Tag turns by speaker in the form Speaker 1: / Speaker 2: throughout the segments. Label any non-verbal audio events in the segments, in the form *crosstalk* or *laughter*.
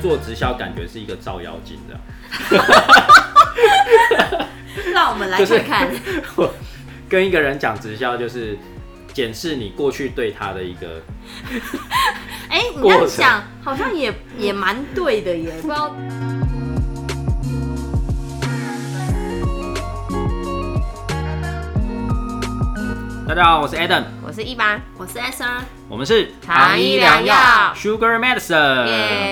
Speaker 1: 做直销感觉是一个照妖镜这样。
Speaker 2: 让我们来看看，
Speaker 1: *laughs* 我跟一个人讲直销，就是检视你过去对他的一个，
Speaker 2: 哎、你这样
Speaker 1: 过程嗯
Speaker 2: 讲好
Speaker 1: *laughs*
Speaker 2: 像也也蛮对的耶，不知道。
Speaker 1: 大家好，我是 Adam，
Speaker 2: 我是一般，我是 S 二，
Speaker 1: 我们是
Speaker 2: 糖衣良药
Speaker 1: Sugar Medicine，
Speaker 2: 耶
Speaker 1: 嗯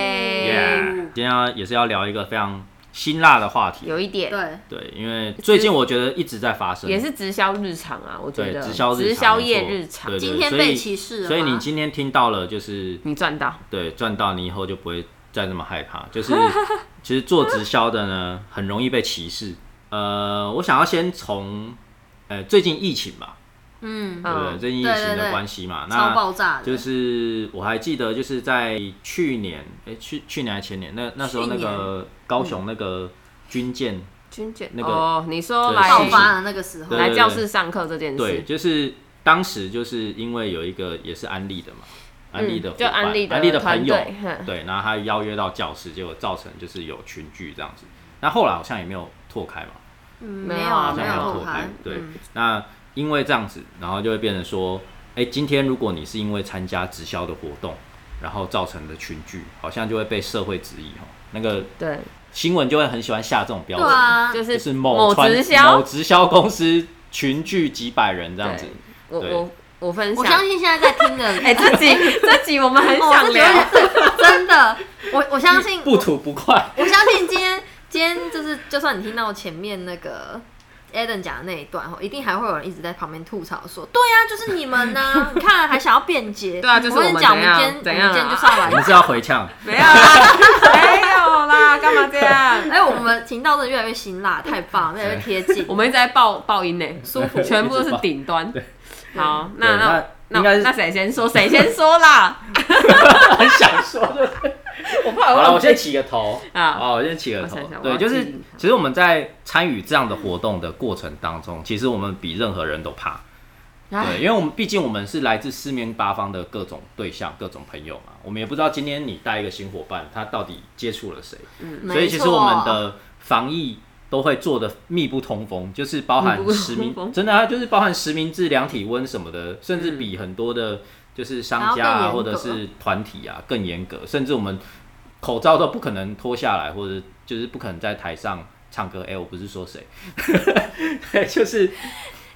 Speaker 1: Yeah，今天要也是要聊一个非常辛辣的话题，
Speaker 3: 有一点，
Speaker 2: 对，
Speaker 1: 对，因为最近我觉得一直在发生，
Speaker 3: 也是直销日常啊，我觉
Speaker 1: 对
Speaker 3: 得
Speaker 1: 直销日
Speaker 3: 直
Speaker 1: 常
Speaker 3: 销业
Speaker 1: 没错
Speaker 3: 日常，
Speaker 1: 对对
Speaker 2: 今天
Speaker 1: 所以
Speaker 2: 被歧视了吗
Speaker 1: 所以你今天听到了，就是
Speaker 3: 你赚到，
Speaker 1: 对赚到，你以后就不会再那么害怕。就是
Speaker 2: *laughs*
Speaker 1: 其实做直销的呢，很容易被歧视。呃，我想要先从呃最近疫情吧，
Speaker 2: 嗯，
Speaker 1: 对不对？
Speaker 3: 嗯，
Speaker 1: 最近疫
Speaker 2: 对
Speaker 1: 情
Speaker 2: 对
Speaker 1: 的
Speaker 2: 对
Speaker 1: 关系嘛，
Speaker 2: 超
Speaker 1: 那
Speaker 2: 爆炸的，
Speaker 1: 就是我还记得就是在去年，哎、去去年还前年，那那时候那个高雄那个军舰，
Speaker 3: 军舰
Speaker 1: 那个
Speaker 3: 哦，你说
Speaker 1: 对
Speaker 3: 来
Speaker 2: 爆
Speaker 1: 信息
Speaker 2: 发的那个时候，
Speaker 1: 对
Speaker 3: 来教室上课这件
Speaker 1: 对，
Speaker 3: 事，嗯
Speaker 1: 就是当时就是因为有一个也是安利的嘛，安利的
Speaker 3: 嗯
Speaker 1: 伙
Speaker 3: 就
Speaker 1: 伴、
Speaker 3: 安利
Speaker 1: 安利的
Speaker 3: 团
Speaker 1: 朋友，
Speaker 3: 队，哼
Speaker 1: 对，然后他邀约到教室，结果造成就是有群聚这样子。那后来好像也没有拓开嘛。
Speaker 2: 嗯，
Speaker 3: 没
Speaker 2: 没
Speaker 3: 有
Speaker 2: 有啊
Speaker 3: 啊
Speaker 2: 没
Speaker 3: 没有
Speaker 2: 有
Speaker 1: 拓
Speaker 2: 开
Speaker 1: 开，对
Speaker 2: 嗯
Speaker 1: 那因为这样子，然后就会变成说，哎、今天如果你是因为参加直销的活动，然后造成的群聚，好像就会被社会质疑哦。那个
Speaker 3: 对，
Speaker 1: 新闻就会很喜欢下这种标
Speaker 2: 对
Speaker 1: 准，
Speaker 2: 啊，
Speaker 3: 就
Speaker 1: 就是是
Speaker 3: 某
Speaker 1: 传
Speaker 3: 直销
Speaker 1: 某，直销公司群聚几百人这样子
Speaker 3: 对。我
Speaker 1: 对
Speaker 3: 我我分
Speaker 2: 我相
Speaker 3: 享，
Speaker 2: 信现在在听的，
Speaker 3: *laughs*
Speaker 1: *laughs*
Speaker 3: 哎，这
Speaker 2: *laughs*
Speaker 3: 集这集我们很
Speaker 2: 哦
Speaker 3: 想
Speaker 2: 这
Speaker 3: 聊，
Speaker 2: 真真的，我我相信，
Speaker 1: 不吐不快，
Speaker 2: *laughs* 我相信今天今天就是，就算你听到前面那个 Eden 讲的那一段吼，一定还会有人一直在旁边吐槽说：“对呀、就是你们呐、
Speaker 1: *laughs*
Speaker 2: 你看还想要辩解。”
Speaker 3: 对啊就是
Speaker 2: 我跟
Speaker 3: 我
Speaker 2: 你
Speaker 3: 们
Speaker 2: 讲，我
Speaker 3: 怎
Speaker 2: 们
Speaker 3: 样
Speaker 2: 今天
Speaker 3: 怎样
Speaker 2: 我们
Speaker 3: 啊
Speaker 2: 今天就上
Speaker 1: 我们
Speaker 2: 来。
Speaker 1: 是要回呛。
Speaker 3: 没有
Speaker 2: *laughs*
Speaker 3: 啦，没有啦，干嘛这样？
Speaker 2: 哎，我们频道真的越来越辛辣，太棒，越来越贴
Speaker 1: *laughs*
Speaker 2: 近
Speaker 3: 我。们一直在爆爆音呢，
Speaker 1: 舒服
Speaker 3: 全部都
Speaker 1: *laughs* 一直
Speaker 3: 是
Speaker 1: 爆
Speaker 3: 顶端
Speaker 1: 对。
Speaker 3: 好，
Speaker 1: 对
Speaker 3: *laughs* 那那
Speaker 1: 那应该是
Speaker 3: 那谁先说？谁先说啦？
Speaker 1: 很想说，
Speaker 3: *laughs*
Speaker 1: 对不对？
Speaker 3: 我怕
Speaker 1: 好了，
Speaker 3: 忘
Speaker 1: 我
Speaker 3: 记
Speaker 1: 先起个头
Speaker 3: 啊
Speaker 1: 好，哦我先起个
Speaker 3: 我
Speaker 1: 头
Speaker 3: 想想。我
Speaker 1: 对，
Speaker 3: 要
Speaker 1: 就是
Speaker 3: 记忆
Speaker 1: 其实我们在参与这样的活动的过程当中，其实我们比任何人都怕。对，因为我们毕竟我们是来自四面八方的各种对象、各种朋友嘛，我们也不知道今天你带一个新伙伴，他到底接触了谁，所以其实我们的防疫都会做的密不通风，就是包含
Speaker 3: 密不通
Speaker 1: 实名，
Speaker 3: 风
Speaker 1: 真的、啊、就是包含实名制、量体温什么的，甚至比很多的就是商家
Speaker 2: 还
Speaker 1: 啊
Speaker 2: 要
Speaker 1: 或
Speaker 2: 嗯更严格
Speaker 1: 者是团体啊更严格，甚至我们口罩都不可能脱下来，或者就是不可能在台上唱歌。哎、我不是说谁， *laughs* 对，就是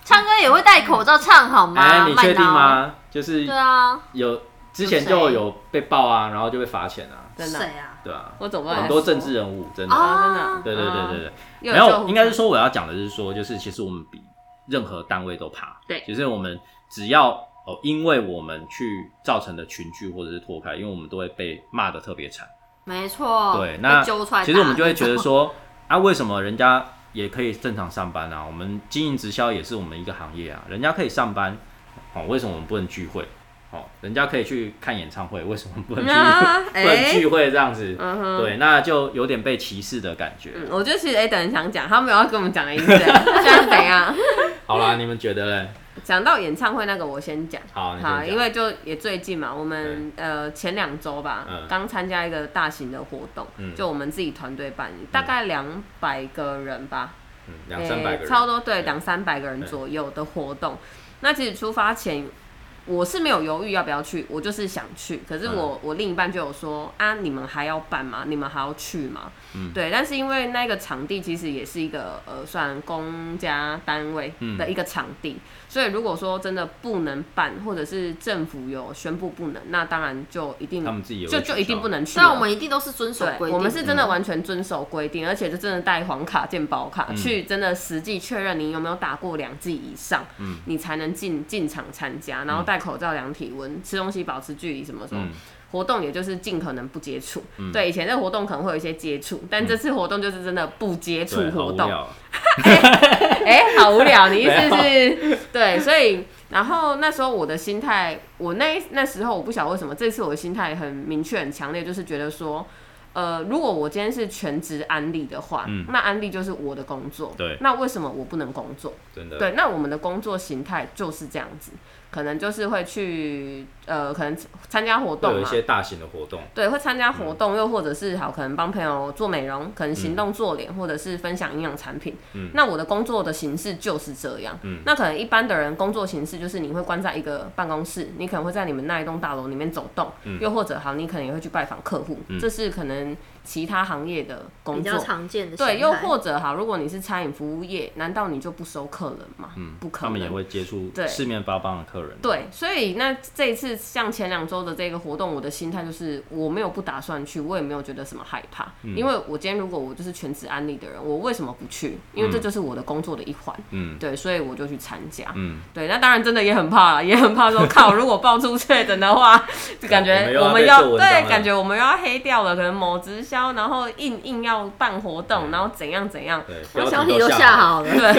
Speaker 2: 唱歌也会戴口罩唱好
Speaker 1: 哎、
Speaker 2: 吗？
Speaker 1: 你确定
Speaker 2: 麦
Speaker 1: 吗？就是
Speaker 2: 当？对啊，
Speaker 1: 有之前就有被爆啊，然后就被罚钱啊，
Speaker 3: 真的，
Speaker 2: 谁啊？
Speaker 1: 对啊，
Speaker 3: 我总不能
Speaker 1: 很多政治人物真的，
Speaker 2: 哦
Speaker 3: 啊，真的，
Speaker 1: 对对对对对，
Speaker 3: 对
Speaker 1: 没有，应该是说我要讲的是说，就是其实我们比任何单位都怕，
Speaker 3: 对
Speaker 1: 其实我们只要哦，因为我们去造成的群聚或者是脱开，因为我们都会被骂的特别惨，
Speaker 2: 没错，
Speaker 1: 对，那
Speaker 2: 被揪出来。
Speaker 1: 其实我们就会觉得，说，啊，为什么人家也可以正常上班啊？我们经营直销也是我们一个行业啊，人家可以上班，哦，为什么我们不能聚会？哦，人家可以去看演唱会，为什么不能去、
Speaker 3: 啊
Speaker 1: *laughs* 不能
Speaker 3: *laughs* 哎
Speaker 1: 聚会这样子？
Speaker 3: 嗯哼
Speaker 1: 对，那就有点被歧视的感觉。
Speaker 3: 嗯，我就其实 A 等人想讲，他没有要跟我们讲的意思， *laughs* 现在是怎样？
Speaker 1: 好啦，你们觉得嘞？
Speaker 3: 讲到演唱会那个，我先讲。
Speaker 1: 好，你先
Speaker 3: 好，
Speaker 1: 讲
Speaker 3: 因为就也最近嘛，我们呃前两周吧
Speaker 1: 嗯，
Speaker 3: 刚参加一个大型的活动
Speaker 1: 嗯，
Speaker 3: 就我们自己团队办，大概两百个人吧，
Speaker 1: 嗯两三百个
Speaker 3: 诶
Speaker 1: 人，
Speaker 3: 差不多对
Speaker 1: 嗯
Speaker 3: 两三百个人左右的活动。那其实出发前，我是没有犹豫要不要去，我就是想去。可是
Speaker 1: 嗯
Speaker 3: 我、我另一半就有说啊，你们还要办吗？你们还要去吗？
Speaker 1: 嗯
Speaker 3: 对。但是因为那个场地其实也是一个呃，算公家单位
Speaker 1: 嗯
Speaker 3: 的一个场地，所以如果说真的不能办，或者是政府有宣布不能，那当然就一定
Speaker 1: 他们自己也会
Speaker 3: 就
Speaker 1: 取消
Speaker 3: 就一定不能去
Speaker 2: 虽然
Speaker 3: 了
Speaker 2: 我。们一定都是遵守规
Speaker 3: 对，
Speaker 2: 定，
Speaker 3: 我们是真的完全遵守规定，而且就真的带黄卡、健保卡、
Speaker 1: 嗯
Speaker 3: 去，真的实际确认你有没有打过两剂以上，
Speaker 1: 嗯
Speaker 3: 你才能进进场参加。然后戴口罩、量体温、吃东西保持距离，什么什么。
Speaker 1: 嗯
Speaker 3: 活动也就是尽可能不接触，对以前的活动可能会有一些接触，但这次活动就是真的不接
Speaker 1: 嗯
Speaker 3: 触
Speaker 1: 对，好
Speaker 3: 活
Speaker 1: 无
Speaker 3: 动，
Speaker 1: 聊啊，
Speaker 3: *laughs* 哎、好无聊，你意思
Speaker 1: 没
Speaker 3: 是？对，所以然后那时候我的心态，我那那时候我不晓得为什么，这次我的心态很明确、很强烈，就是觉得说，呃，如果我今天是全职安利的话，
Speaker 1: 嗯
Speaker 3: 那安利就是我的工作，
Speaker 1: 对
Speaker 3: 那为什么我不能工作？
Speaker 1: 真的，
Speaker 3: 对，那我们的工作形态就是这样子。可能就是会去呃，可能参加
Speaker 1: 会
Speaker 3: 活动啊
Speaker 1: 有一
Speaker 3: 嘛，
Speaker 1: 些大型的活动，
Speaker 3: 对，会参加活动，又或者是好，可能帮朋友做美容，可能行动做脸，或者是分享营养产品。
Speaker 1: 嗯
Speaker 3: 那我的工作的形式就是这样。
Speaker 1: 嗯
Speaker 3: 那可能一般的人工作形式就是你会关在一个办公室，你可能会在你们那一栋大楼里面走动，
Speaker 1: 嗯
Speaker 3: 又或者好，你可能也会去拜访客户，
Speaker 1: 嗯
Speaker 3: 这是可能其他行业的
Speaker 2: 比
Speaker 3: 工
Speaker 2: 较
Speaker 3: 作。
Speaker 2: 常见的形态。
Speaker 3: 对，又或者好，如果你是餐饮服务业，难道你就不收客人吗？
Speaker 1: 嗯，
Speaker 3: 不可
Speaker 1: 他
Speaker 3: 能。
Speaker 1: 们也会接触
Speaker 3: 对
Speaker 1: 四面八方的客人，
Speaker 3: 对，所以那这一次像前两周的这个活动，我的心态就是我没有不打算去，我也没有觉得什么害怕，
Speaker 1: 嗯
Speaker 3: 因为我今天如果我就是全职安利的人，我为什么不去？因为这就是我的工作的一环，
Speaker 1: 嗯
Speaker 3: 对，所以我就去参加。
Speaker 1: 嗯，
Speaker 3: 对，那当然真的也很怕啦，也很怕说靠，如果爆出确诊的
Speaker 1: *laughs*
Speaker 3: 话，就感
Speaker 1: 我们
Speaker 3: 觉
Speaker 1: 又要
Speaker 3: 我们
Speaker 1: 被
Speaker 3: 要
Speaker 1: 做文章
Speaker 3: 对，
Speaker 1: 了
Speaker 3: 感觉我们又要黑掉了，可能某直销，然后硬硬要办活
Speaker 1: 嗯
Speaker 3: 动，然后怎样怎样，
Speaker 1: 对，
Speaker 2: 我
Speaker 1: 标
Speaker 2: 小题都下
Speaker 1: 好了，
Speaker 2: 好了。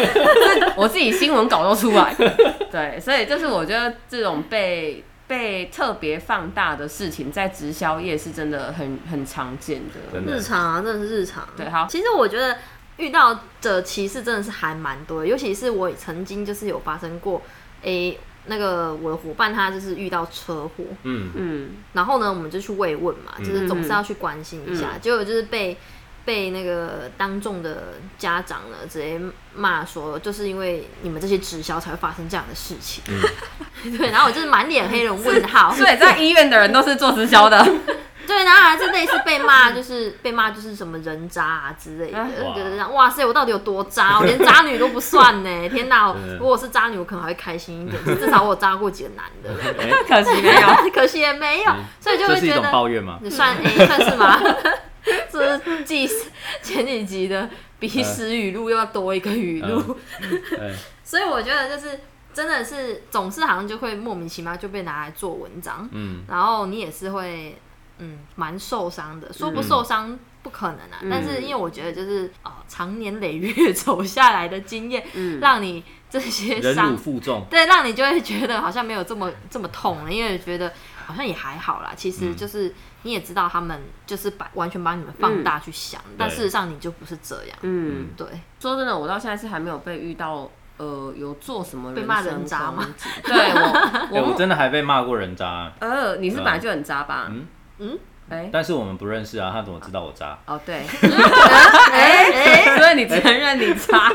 Speaker 3: 我自己新闻稿都出来， *laughs* 对，所以就是我觉得这种被被特别放大的事情，在直销业是真的很很常见的。
Speaker 1: 真
Speaker 2: 日
Speaker 1: 的，
Speaker 2: 常啊，真的是日常。
Speaker 3: 对好
Speaker 2: 其实我觉得遇到的歧视真的是还蛮多的，尤其是我曾经就是有发生过，诶、那个我的伙伴他就是遇到车祸，
Speaker 1: 嗯，
Speaker 3: 嗯，
Speaker 2: 然后呢，我们就去慰问嘛，
Speaker 1: 嗯
Speaker 2: 就是总是要去关心一
Speaker 3: 嗯
Speaker 2: 下，结果就是被。被那个当众的家长呢，直接骂说，就是因为你们这些直销才会发生这样的事情。
Speaker 3: 嗯
Speaker 2: *laughs* 对，然后我就是满脸黑人问号，
Speaker 3: 所以在医院的人都是做直销的，
Speaker 2: *laughs* 对，然后还是类似被骂，就是被骂就是什么人渣啊之类的，
Speaker 1: 哇
Speaker 2: 就是这样。哇塞，我到底有多渣？我连渣女都不算
Speaker 1: *laughs*
Speaker 2: 呢！天哪，
Speaker 1: 嗯
Speaker 2: 如果我是渣女，我可能还会开心一点，至少我有渣过几个男
Speaker 1: *laughs*
Speaker 2: 的，
Speaker 1: 哎，
Speaker 3: 可惜没
Speaker 2: *laughs*
Speaker 3: 有。
Speaker 2: 可惜也没有，所以就
Speaker 1: 嗯这
Speaker 2: 会
Speaker 1: 是一
Speaker 2: 觉
Speaker 1: 种
Speaker 2: 得嗯
Speaker 1: 抱怨吗？*laughs*
Speaker 2: 你算诶、算是吗？ *laughs* 这是继前几集的鼻屎语录又要多一个语录，
Speaker 1: 哎，
Speaker 2: 所以我觉得就是真的是总是好像就会莫名其妙就被拿来做文章， *laughs*
Speaker 1: 嗯，
Speaker 2: 然后你也是会，嗯，蛮受伤的。说不受伤不可能啊，
Speaker 3: 嗯
Speaker 2: 但是因为我觉得就是哦，长年累月走下来的经验，
Speaker 3: 嗯，
Speaker 2: 让你这些
Speaker 1: 忍辱
Speaker 2: 伤，
Speaker 1: 负重，
Speaker 2: 对，让你就会觉得好像没有这么这么痛了，因为觉得好像也还好啦。其实
Speaker 1: 嗯
Speaker 2: 就是你也知道他们就是把完全把你们放大去想，但事实上你就不是这样。
Speaker 3: 嗯，
Speaker 2: 对，
Speaker 3: 说真的，我到现在是还没有被遇到，呃，有做什么
Speaker 2: 被骂人
Speaker 3: 身
Speaker 2: 渣吗
Speaker 3: 攻击？对我，
Speaker 1: 哎，
Speaker 3: 我
Speaker 1: 我
Speaker 3: 目
Speaker 1: 真的还被骂过人渣，
Speaker 3: 呃，你是本来就很渣吧？
Speaker 1: 嗯
Speaker 2: 嗯，
Speaker 3: 哎，
Speaker 1: 但是我们不认识啊，他怎么知道我渣？
Speaker 3: 哦对，
Speaker 2: 哎哎，
Speaker 3: *laughs* 所以你承认你渣？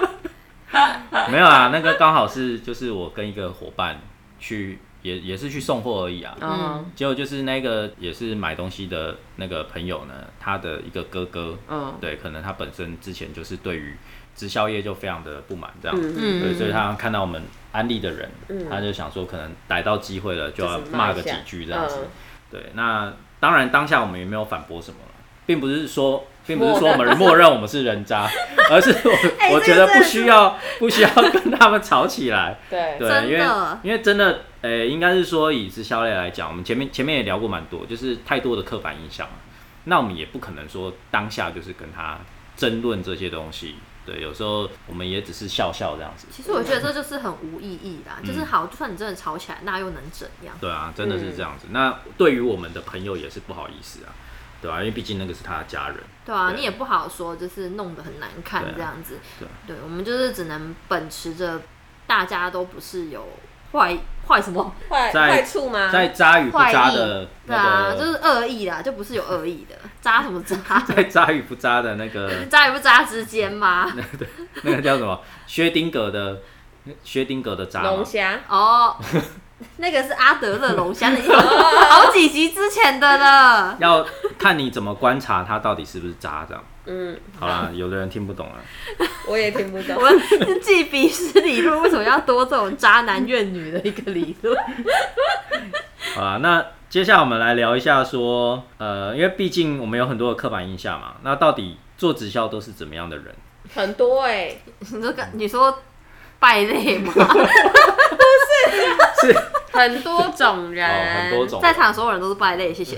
Speaker 1: 没有啊，那个刚好是就是我跟一个伙伴去，也也是去送货而已啊。
Speaker 3: 嗯
Speaker 1: 结果就是那个也是买东西的那个朋友呢，他的一个哥哥，
Speaker 3: 嗯
Speaker 1: 对，可能他本身之前就是对于直销业就非常的不满这样子，
Speaker 3: 嗯
Speaker 1: 对，所以
Speaker 2: 嗯，
Speaker 1: 他看到我们安利的人，
Speaker 3: 嗯
Speaker 1: 他就想说可能逮到机会了就要
Speaker 3: 就是骂
Speaker 1: 骂
Speaker 3: 一
Speaker 1: 个几
Speaker 3: 下
Speaker 1: 句这样子，
Speaker 3: 嗯，
Speaker 1: 对，那当然当下我们也没有反驳什么了，并不是说，并不是说我
Speaker 3: 默 *laughs* 哎
Speaker 1: 们默认我们是人渣，而是我我觉得不需要不需要跟他们吵起来。
Speaker 3: 对，
Speaker 1: 对，
Speaker 2: 真
Speaker 1: 因为
Speaker 2: 的
Speaker 1: 因为真的，呃、应该是说以直销类来讲，我们前面前面也聊过蛮多，就是太多的刻板印象了那我们也不可能说当下就是跟他争论这些东西。对，有时候我们也只是笑笑这样子。
Speaker 2: 其实我觉得这就是很无意义啦，就是好，就算你真的吵起来，那又能怎样？
Speaker 1: 对啊，真的是这样
Speaker 2: 嗯
Speaker 1: 子。那对于我们的朋友也是不好意思啊，对啊，因为毕竟那个是他的家人。
Speaker 2: 对啊，
Speaker 1: 对
Speaker 2: 你也不好说，就是弄得很难看
Speaker 1: 对啊
Speaker 2: 这样子。
Speaker 1: 对啊
Speaker 2: 我们就是只能秉持着大家都不是有坏坏什么，
Speaker 3: 坏
Speaker 1: 在
Speaker 3: 坏处吗？
Speaker 1: 在渣与不渣的
Speaker 2: 啊对
Speaker 1: 那
Speaker 2: 啊，就
Speaker 1: 个，
Speaker 2: 是恶意啦，就不是有恶意的，渣什么渣，
Speaker 1: *laughs* 在渣与不渣的那个
Speaker 2: 渣与不渣之
Speaker 1: *laughs*
Speaker 2: 间吗？
Speaker 1: 那个叫什么？薛丁格的薛丁格的渣吗
Speaker 3: 龙虾，
Speaker 2: 哦，那个是阿德勒龙虾，那已经 *laughs* 好几集之前
Speaker 1: *laughs*
Speaker 2: 的了。
Speaker 1: 要看你怎么观察它到底是不是渣，这样。
Speaker 3: 嗯，
Speaker 1: 好 *laughs* 啦，有的人听不懂啊。
Speaker 3: 我也听不懂。
Speaker 2: 我们记笔试理论为什么要多这种渣男怨女的一个理论？
Speaker 1: *laughs* 好啦，那接下来我们来聊一下说，呃，因为毕竟我们有很多的刻板印象嘛，那到底做直销都是怎么样的人？
Speaker 3: 很多哎、
Speaker 2: 你说你说败类吗？
Speaker 1: 是
Speaker 3: 很多种人，
Speaker 1: 哦，很多种，
Speaker 2: 呃在场所有人都是败类，谢谢。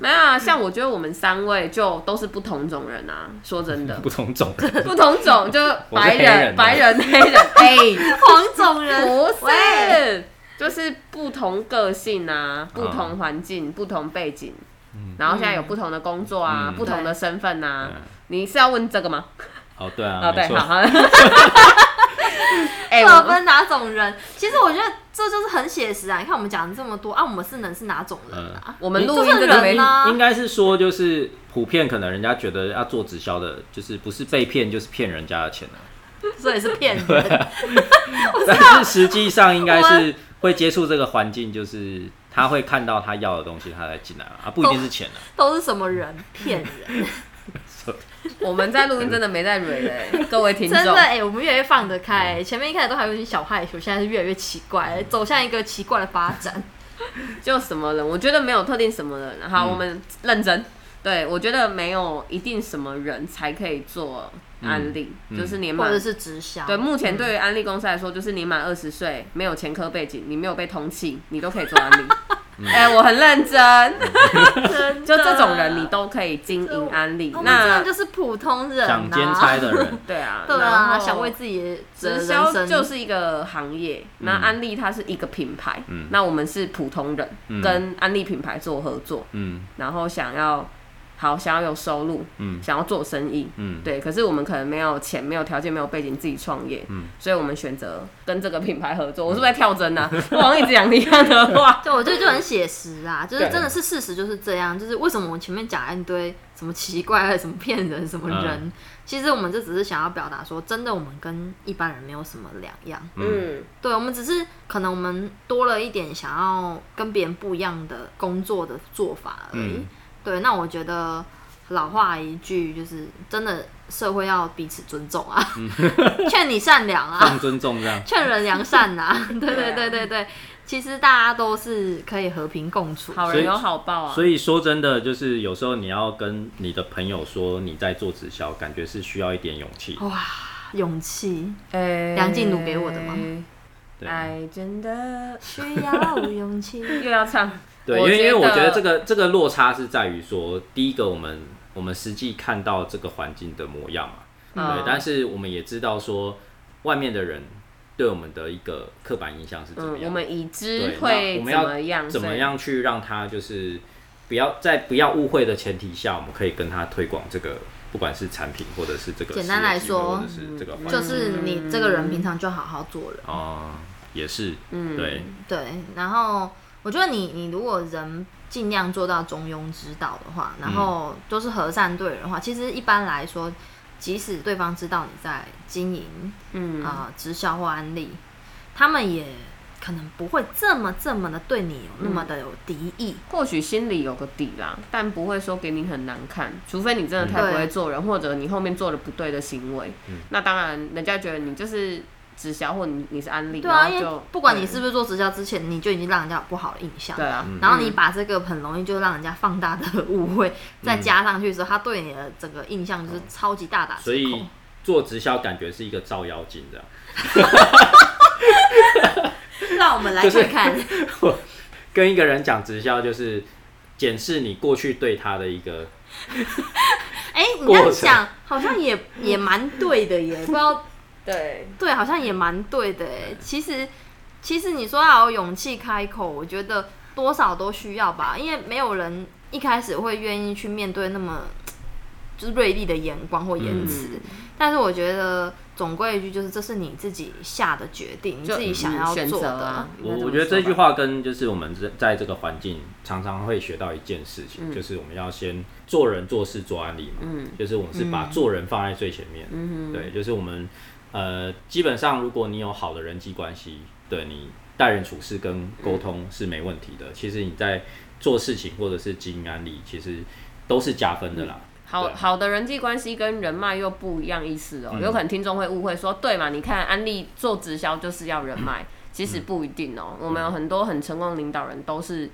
Speaker 3: 没有啊。像我觉得我们三位就都是不同种人啊。说
Speaker 1: *laughs*
Speaker 3: 真的，
Speaker 1: *laughs* 不同种人。
Speaker 3: 不同种就
Speaker 1: 我是
Speaker 3: 白
Speaker 1: 黑人啊
Speaker 3: 白人、黑人，哎、
Speaker 1: *laughs*
Speaker 2: 黄种人，
Speaker 3: 不
Speaker 2: 喂
Speaker 3: 是，就是不同个性啊，不同环境、不同背景。然后现在有不同的工作啊，
Speaker 1: 嗯
Speaker 3: 不同的身份啊，
Speaker 1: 嗯
Speaker 3: 你是要问这个吗？
Speaker 1: 哦，对啊，
Speaker 3: 哦，
Speaker 1: 没
Speaker 3: 对，
Speaker 1: 错
Speaker 3: 好，好， *laughs* 哎、
Speaker 2: 不
Speaker 3: 我
Speaker 2: 分哪种人。其实我觉得这就是很写实啊！你看我们讲了这么多啊，我们是能是哪种人啊？
Speaker 3: 我们嗯录
Speaker 2: 就
Speaker 3: 音
Speaker 2: 是
Speaker 3: 这个没
Speaker 2: 人啊，
Speaker 1: 应该是说，就是普遍可能人家觉得要做直销的，就是不是被骗就是骗人家的钱啊
Speaker 2: *laughs*
Speaker 1: 了、
Speaker 2: 所以是
Speaker 3: *laughs*
Speaker 2: 骗人。
Speaker 1: 但是实际上应该
Speaker 2: 我
Speaker 1: 是会接触这个环境，就是他会看到他要的东西，他才进来嘛啊，不一定是钱啊。
Speaker 2: 都是什么人？骗人！
Speaker 3: 我们在录音真的没在蕊哎、各位 *laughs* 听众嗯
Speaker 2: 真，的哎、我们越来越放得开、前面一开始都还有点小害羞，现在是越来越奇怪、走向一个奇怪的发
Speaker 3: *laughs*
Speaker 2: 展。
Speaker 3: 就什么人，我觉得没有特定什么人。好，
Speaker 1: 嗯
Speaker 3: 我们认真。对，我觉得没有一定什么人才可以做安利，
Speaker 1: 嗯
Speaker 3: 就是年
Speaker 2: 或
Speaker 3: 满
Speaker 2: 者是嗯直销。
Speaker 3: 对，目前对于安利公司来说，就是你满二十岁，没有前科背景，你没有被通缉，你都可以做安利。
Speaker 1: 嗯
Speaker 3: 哎、我很认真，
Speaker 2: 真的
Speaker 3: 就这种人你都可以经营安利
Speaker 2: 啊我。们真
Speaker 3: 那
Speaker 2: 的就是普通人、啊，
Speaker 1: 想兼差的人，
Speaker 3: 对啊，
Speaker 2: 对
Speaker 3: 然
Speaker 2: 啊，
Speaker 3: 后
Speaker 2: 想为自己的
Speaker 3: 直
Speaker 2: 人
Speaker 3: 销
Speaker 2: 生
Speaker 3: 就是一个行业，那安利它是一个品牌，
Speaker 1: 嗯
Speaker 3: 那我们是普通人，
Speaker 1: 嗯
Speaker 3: 跟安利品牌做合作，
Speaker 1: 嗯
Speaker 3: 然后想要好，想要有收入，
Speaker 1: 嗯
Speaker 3: 想要做生意，
Speaker 1: 嗯，
Speaker 3: 对，可是我们可能没有钱、没有条件、没有背景自己创业，嗯，所以我们选择跟这个品牌合
Speaker 1: 嗯
Speaker 3: 作。我是不是在跳针啊？ *laughs* 我好像一直讲一样的
Speaker 1: *laughs*
Speaker 3: 话。
Speaker 2: 对，我觉得就很写实啊，就是
Speaker 1: 对
Speaker 2: 真的是事实就是这样。就是为什么我们前面讲了一堆什么奇怪还有什么骗人什么
Speaker 1: 嗯
Speaker 2: 人，其实我们就只是想要表达说，真的我们跟一般人没有什么两样。
Speaker 3: 嗯，
Speaker 2: 对，我们只是可能我们多了一点想要跟别人不一样的工作的做法而已。
Speaker 1: 嗯
Speaker 2: 对，那我觉得老话一句，就是真的社会要彼此尊
Speaker 1: *laughs*
Speaker 2: 重啊，劝你善良啊，
Speaker 1: 放尊重这样。
Speaker 2: 劝人良善呐、 *laughs* 对
Speaker 3: 对
Speaker 2: 对
Speaker 3: 啊
Speaker 2: 对对对，其实大家都是可以和平共处。
Speaker 3: 好
Speaker 1: 所
Speaker 3: 人
Speaker 1: 以
Speaker 3: 有好报啊。
Speaker 1: 所以说真的，就是有时候你要跟你的朋友说你在做直销，感觉是需要一点勇气。
Speaker 2: 哇，勇气
Speaker 3: 哎
Speaker 2: 梁静茹给我的吗？
Speaker 1: 对
Speaker 3: 爱真的
Speaker 2: 需要勇气。
Speaker 3: 又要唱，嗯
Speaker 1: 对，因
Speaker 3: 我
Speaker 1: 为因为我觉
Speaker 3: 觉得
Speaker 1: 得这个这个落差是在于说，第一个我们我们实际看到这个环境的模样嘛，
Speaker 3: 嗯
Speaker 1: 对，但是我们也知道说外面的人对我们的一个刻板印象是怎么
Speaker 3: 嗯，
Speaker 1: 样，
Speaker 3: 我们已知
Speaker 1: 对，那
Speaker 3: 会
Speaker 1: 我
Speaker 3: 怎
Speaker 1: 们要
Speaker 3: 么
Speaker 2: 嗯
Speaker 3: 样？
Speaker 1: 怎么
Speaker 3: 所以？
Speaker 1: 样去让他就是不要在不要误会的前提下，我们可以跟他推广这个，不管是产品或者是这个
Speaker 2: 简单来
Speaker 1: 事业机会
Speaker 2: 说嗯
Speaker 1: 或者是这个环境
Speaker 2: *laughs* 就是你这个人平常就好好做人，
Speaker 1: 哦，也是，
Speaker 3: 嗯
Speaker 1: 对，
Speaker 2: 对。然后我觉得你你如果人尽量做到中庸之道的话，然后都是和善对人的话，其实一般来说，即使对方知道你在经营
Speaker 3: 嗯
Speaker 2: 啊、直销或安利，他们也可能不会这么这么的对你有那么的有敌意。
Speaker 3: 或许心里有个底啦，但不会说给你很难看，除非你真的太
Speaker 2: 嗯
Speaker 3: 不会做人，或者你后面做了不对的行为。那当然，人家觉得你就是直销，或你你是安利，
Speaker 2: 对啊，
Speaker 3: 然后
Speaker 2: 因
Speaker 3: 就
Speaker 2: 为不管你是不是嗯做直销之前，你就已经让人家有不好的印象
Speaker 3: 对。啊，
Speaker 2: 然后你把这个很容易就让人家放大的 *laughs* 误会再加上去的时候，他对你的整个印象就是超级大打折扣。
Speaker 1: 所以做直销感觉是一个照妖镜这样。
Speaker 2: 让我们来看看，
Speaker 1: 跟一个人讲直销，就是检视你过去对他的一个，
Speaker 2: 哎、你这样
Speaker 1: 过程
Speaker 2: 讲好像也也蛮对的耶，不知道
Speaker 3: 对，
Speaker 2: 对，好像也蛮对的诶。其实，其实你说要有勇气开口，我觉得多少都需要吧，因为没有人一开始会愿意去面对那么就是锐利的眼光或言辞。
Speaker 3: 嗯
Speaker 2: 但是我觉得总归一句，就是这是你自己下的决定，你
Speaker 3: 就
Speaker 2: 自己想要
Speaker 3: 选
Speaker 2: 做
Speaker 3: 择
Speaker 2: 的。
Speaker 3: 啊。应
Speaker 1: 我
Speaker 3: 该么
Speaker 1: 我觉得这
Speaker 3: 说吧
Speaker 1: 句话跟就是我们在在这个环境常常会学到一件事情，就是我们要先做人做事做案例嘛，
Speaker 3: 嗯
Speaker 1: 就是我们是把做人放在最前面，
Speaker 3: 嗯
Speaker 1: 对，就是我们呃，基本上如果你有好的人际关系，对你待人处事跟沟通是没问题
Speaker 3: 嗯
Speaker 1: 的。其实你在做事情或者是经营案例，其实都是加分的啦。
Speaker 3: 好
Speaker 1: 对
Speaker 3: 好的人际关系跟人脉又不一样意思哦、有可能听众会误会说，对嘛？你看安利做直销就是要人脉，其实不一定哦、我们有很多很成功的领导人都是。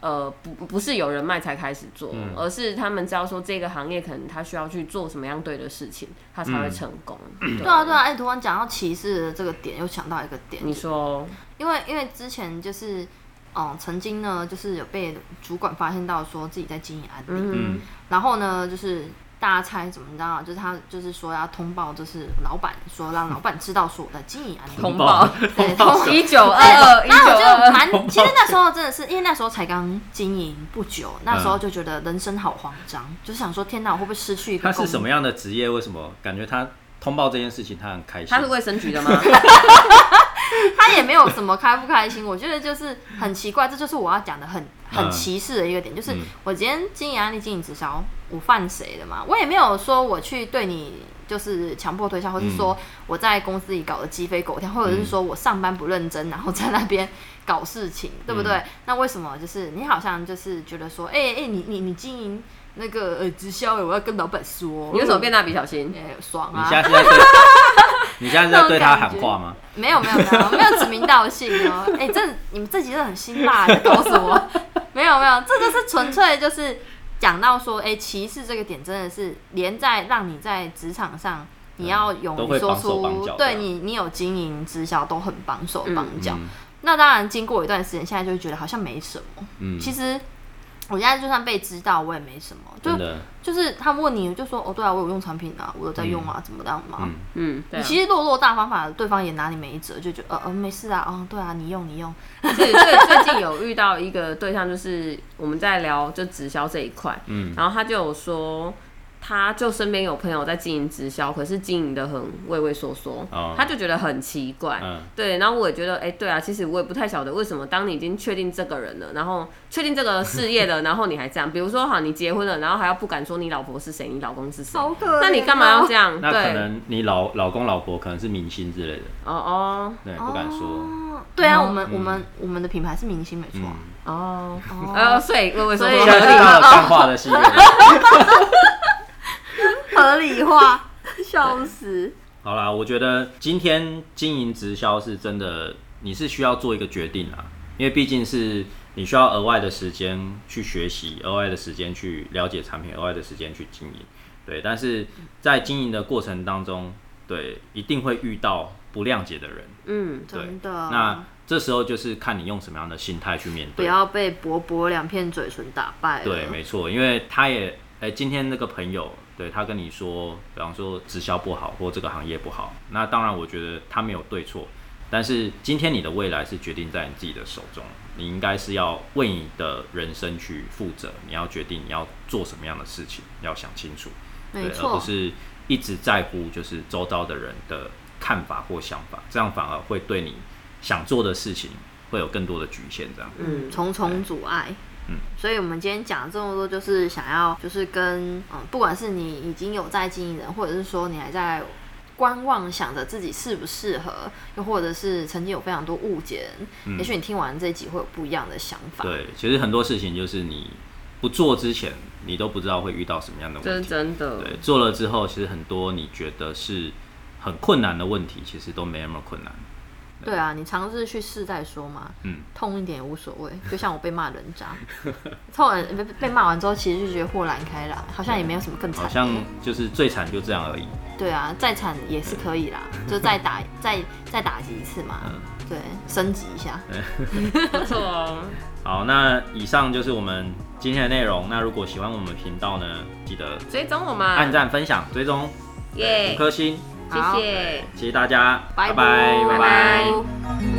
Speaker 3: 呃，不不是有人脉才开始做，而是他们知道说这个行业可能他需要去做什么样对的事情，他才会成功。
Speaker 2: 对啊，对啊！哎、突然讲到歧视的这个点，又想到一个点，
Speaker 3: 你说，
Speaker 2: 因为因为之前就是，嗯、曾经呢，就是有被主管发现到说自己在经营安利，
Speaker 3: 嗯，
Speaker 2: 然后呢，就是大家猜怎么知道？就是他就是说要通报，就是老板说让老板知道说我在经营安利。
Speaker 3: 通报
Speaker 2: 对，通报。
Speaker 3: *laughs* 一九二二，一
Speaker 2: 那哎我
Speaker 3: 九
Speaker 2: 就
Speaker 3: 二二，
Speaker 2: 蛮，其实那时候真的是因为那时候才刚经营不久，那时候就觉得人生好慌张，就是想说天哪，我会不会失去一个
Speaker 1: 他
Speaker 2: 工
Speaker 1: 是什么样的职业？为什么感觉他通报这件事情，他很开心。
Speaker 3: 他是卫生局的吗？
Speaker 2: 他也没有什么开不开心， *laughs* 我觉得就是很奇怪，这就是我要讲的很很
Speaker 1: 嗯
Speaker 2: 歧视的一个点，就是
Speaker 1: 嗯
Speaker 2: 我今天经营案例、经营直销，我犯谁了嘛？我也没有说我去对你就是强迫推销，或是说
Speaker 1: 嗯
Speaker 2: 我在公司里搞得鸡飞狗跳，或者是说我上班不认真，然后在那边搞事情，对不对？
Speaker 1: 嗯
Speaker 2: 那为什么就是你好像就是觉得说，哎、哎、你你你经营那个呃直销，我要跟老板说，
Speaker 3: 你为什么变蜡笔小新？
Speaker 2: 哎、爽
Speaker 1: 你
Speaker 2: 啊？
Speaker 1: 现在是在对， *laughs* 你现在是在对他喊话吗？
Speaker 2: 没有没有没有没有指名道姓哦。
Speaker 1: *laughs*
Speaker 2: 哎、这你们这集真的很辛辣，你搞死我！没有没有，这个是纯粹就是讲到说，哎、歧视这个点真的是连在让你在职场上，你要勇
Speaker 1: 都
Speaker 2: 于
Speaker 1: 会
Speaker 2: 说
Speaker 1: 绑手绑
Speaker 2: 出
Speaker 1: 脚的
Speaker 2: 对你你有经营直销都很帮手帮脚。
Speaker 1: 嗯
Speaker 2: 那当然，经过一段时间，现在就会觉得好像没什么。
Speaker 1: 嗯，
Speaker 2: 其实我现在就算被知道，我也没什么。就
Speaker 1: 真的，
Speaker 2: 就是他问你，就说哦，对啊，我有用产品啊，我有在用啊，怎么样嘛、
Speaker 1: 嗯
Speaker 3: 嗯，对、
Speaker 2: 你
Speaker 3: 啊，
Speaker 2: 其实落落大方法，对方也拿你没辙，就觉得呃呃没事啊，哦对啊，你用你用，
Speaker 3: 是最最近有遇到一个对象，就是我们在聊就直销这一块，嗯，然后他就有说，他就身边有朋友在经营直销，可是经营的很畏畏缩缩，
Speaker 1: 哦
Speaker 3: 他就觉得很奇怪，
Speaker 1: 嗯
Speaker 3: 对，然后我也觉得，哎、对啊，其实我也不太晓得为什么，当你已经确定这个人了，然后确定这个事业了，然后你还这样，比如说好，你结婚了，然后还要不敢说你老婆是谁，你老公是谁，
Speaker 2: 可怜哦
Speaker 3: 那你干嘛要这样？
Speaker 1: 那可
Speaker 3: 对，
Speaker 1: 能你老老公老婆可能是明星之类的，
Speaker 3: 哦哦
Speaker 1: 对，不敢说。嗯
Speaker 2: 哦对啊，我们我们我们的品牌是明星没错啊，
Speaker 3: 哦，
Speaker 2: 哦
Speaker 3: 呃，所以畏畏缩
Speaker 2: 所以
Speaker 3: 缩
Speaker 1: 现在
Speaker 3: 合理
Speaker 1: 是
Speaker 3: 吗
Speaker 2: 哦
Speaker 1: 到了 *laughs* 干话的系列。嗯
Speaker 2: 合理化， *laughs* 笑死，
Speaker 1: 好啦，我觉得今天经营直销是真的，你是需要做一个决定啊，因为毕竟是你需要额外的时间去学习，额外的时间去了解产品，额外的时间去经营。对，但是在经营的过程当中，对，一定会遇到不谅解的人。
Speaker 3: 嗯，
Speaker 1: 对
Speaker 2: 真
Speaker 1: 那
Speaker 2: 的，
Speaker 1: 这时候就是看你用什么样的心态去面
Speaker 2: 不
Speaker 1: 对。
Speaker 2: 要被薄薄两片嘴唇打败了，
Speaker 1: 对，没错，因为他也，哎、今天那个朋友，对他跟你说，比方说直销不好，或这个行业不好，那当然我觉得他没有对错，但是今天你的未来是决定在你自己的手中，你应该是要为你的人生去负责，你要决定你要做什么样的事情，要想清楚，对
Speaker 2: 没，
Speaker 1: 而不
Speaker 2: 错，
Speaker 1: 是一直在乎就是周遭的人的看法或想法，这样反而会对你想做的事情会有更多的局限，这样。
Speaker 3: 嗯，
Speaker 2: 重重阻碍。
Speaker 1: 嗯
Speaker 2: 所以我们今天讲了这么多，就是想要就是跟嗯，不管是你已经有在经营人，或者是说你还在观望，想着自己适不适合，又或者是曾经有非常多误解的人，也许你听完这一集会有不一样的想法。
Speaker 1: 嗯对，其实很多事情就是你不做之前，你都不知道会遇到什么样的
Speaker 3: 这
Speaker 1: 问
Speaker 3: 是
Speaker 1: 题。
Speaker 3: 真的，
Speaker 1: 对，做了之后，其实很多你觉得是很困难的问题，其实都没那么困难。
Speaker 2: 对啊，你尝试去试再说嘛，
Speaker 1: 嗯，
Speaker 2: 痛一点也无所
Speaker 1: *laughs*
Speaker 2: 谓。就像我被骂人渣，痛完被被骂完之后，其实就觉得豁然开朗，好像也没有什么更惨
Speaker 1: 好
Speaker 2: 的。
Speaker 1: 像就是最惨就这样而已。
Speaker 2: 对啊，再惨也是可 *laughs* 以啦，就再打再再打击一次嘛，对，升级一下。
Speaker 3: 不错
Speaker 1: *laughs*
Speaker 3: 哦。
Speaker 1: 好，那以上就是我们今天的内容。那如果喜欢我们频道呢，记得
Speaker 3: 追踪我们，
Speaker 1: 按赞、分享、追踪
Speaker 3: 耶
Speaker 1: 五颗星，
Speaker 3: 谢谢。
Speaker 1: 谢谢大家，
Speaker 2: 拜
Speaker 1: 拜
Speaker 2: 拜
Speaker 1: 拜。
Speaker 3: 拜
Speaker 2: 拜。